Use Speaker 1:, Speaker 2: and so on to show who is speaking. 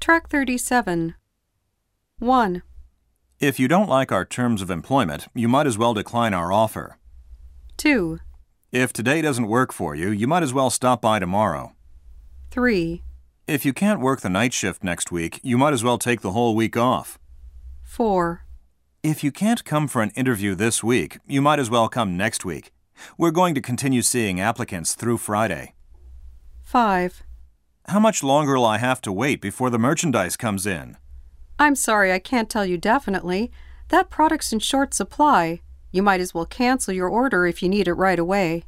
Speaker 1: Track 37. 1,
Speaker 2: If you don't like our terms of employment, you might as well decline our offer.
Speaker 1: 2,
Speaker 2: If today doesn't work for you, you might as well stop by tomorrow.
Speaker 1: 3,
Speaker 2: If you can't work the night shift next week, you might as well take the whole week off.
Speaker 1: 4,
Speaker 2: If you can't come for an interview this week, you might as well come next week. We're going to continue seeing applicants through Friday.
Speaker 1: 5.
Speaker 2: How much longer will I have to wait before the merchandise comes in?
Speaker 1: I'm sorry I can't tell you definitely. That product's in short supply. You might as well cancel your order if you need it right away.